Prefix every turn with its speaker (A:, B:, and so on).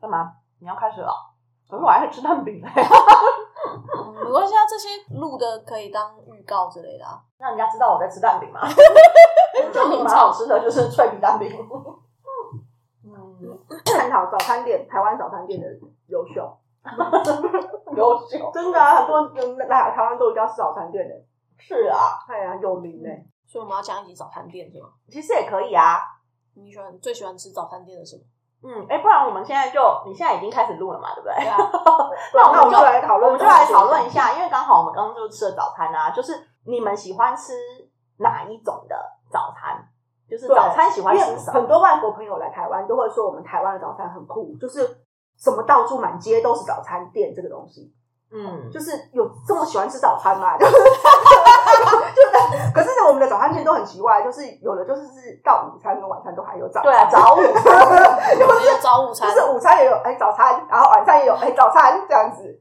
A: 干嘛？你要开始了？可是我还是吃蛋饼嘞，
B: 嗯没关系啊，这些录的可以当预告之类的啊。
A: 让人家知道我在吃蛋饼 嘛。蛋饼蛮好吃的，就是脆皮蛋饼。嗯，
C: 探讨早餐店台湾早餐店的优秀，
A: 优秀
C: 真的啊，很多人来台湾都有家吃早餐店的，
A: 是啊，嗯
C: 哎呀有名呢。
B: 所以我们要讲一集早餐店是吗？
A: 其实也可以啊。
B: 你喜欢最喜欢吃早餐店的什么？
A: 嗯，哎，不然我们现在就，你现在已经开始录了嘛，对不对？
B: 对啊，
A: 那我
C: 那我
A: 们
C: 们就来讨论，
A: 我们就来讨论一。下，因为刚好我们刚刚就吃了早餐啊，就是你们喜欢吃哪一种的早餐？就是
C: 对
A: 早餐喜
C: 因
A: 欢
C: 为
A: 吃什
C: 很
A: 么？
C: 多外国朋友来台湾都会说我们台湾的早餐很酷，就是什么到处满街都是早餐店这个东西，
A: 嗯，
C: 就是有这么喜欢吃早餐吗？就是 就是，可是呢，我们的早餐店都很奇怪，就是有的就是是到午餐跟晚餐都还有早餐，
A: 对啊，早午餐
B: 我们有早午餐
C: 就，是午餐也有哎、早餐，然后晚餐也有哎、早餐这样子，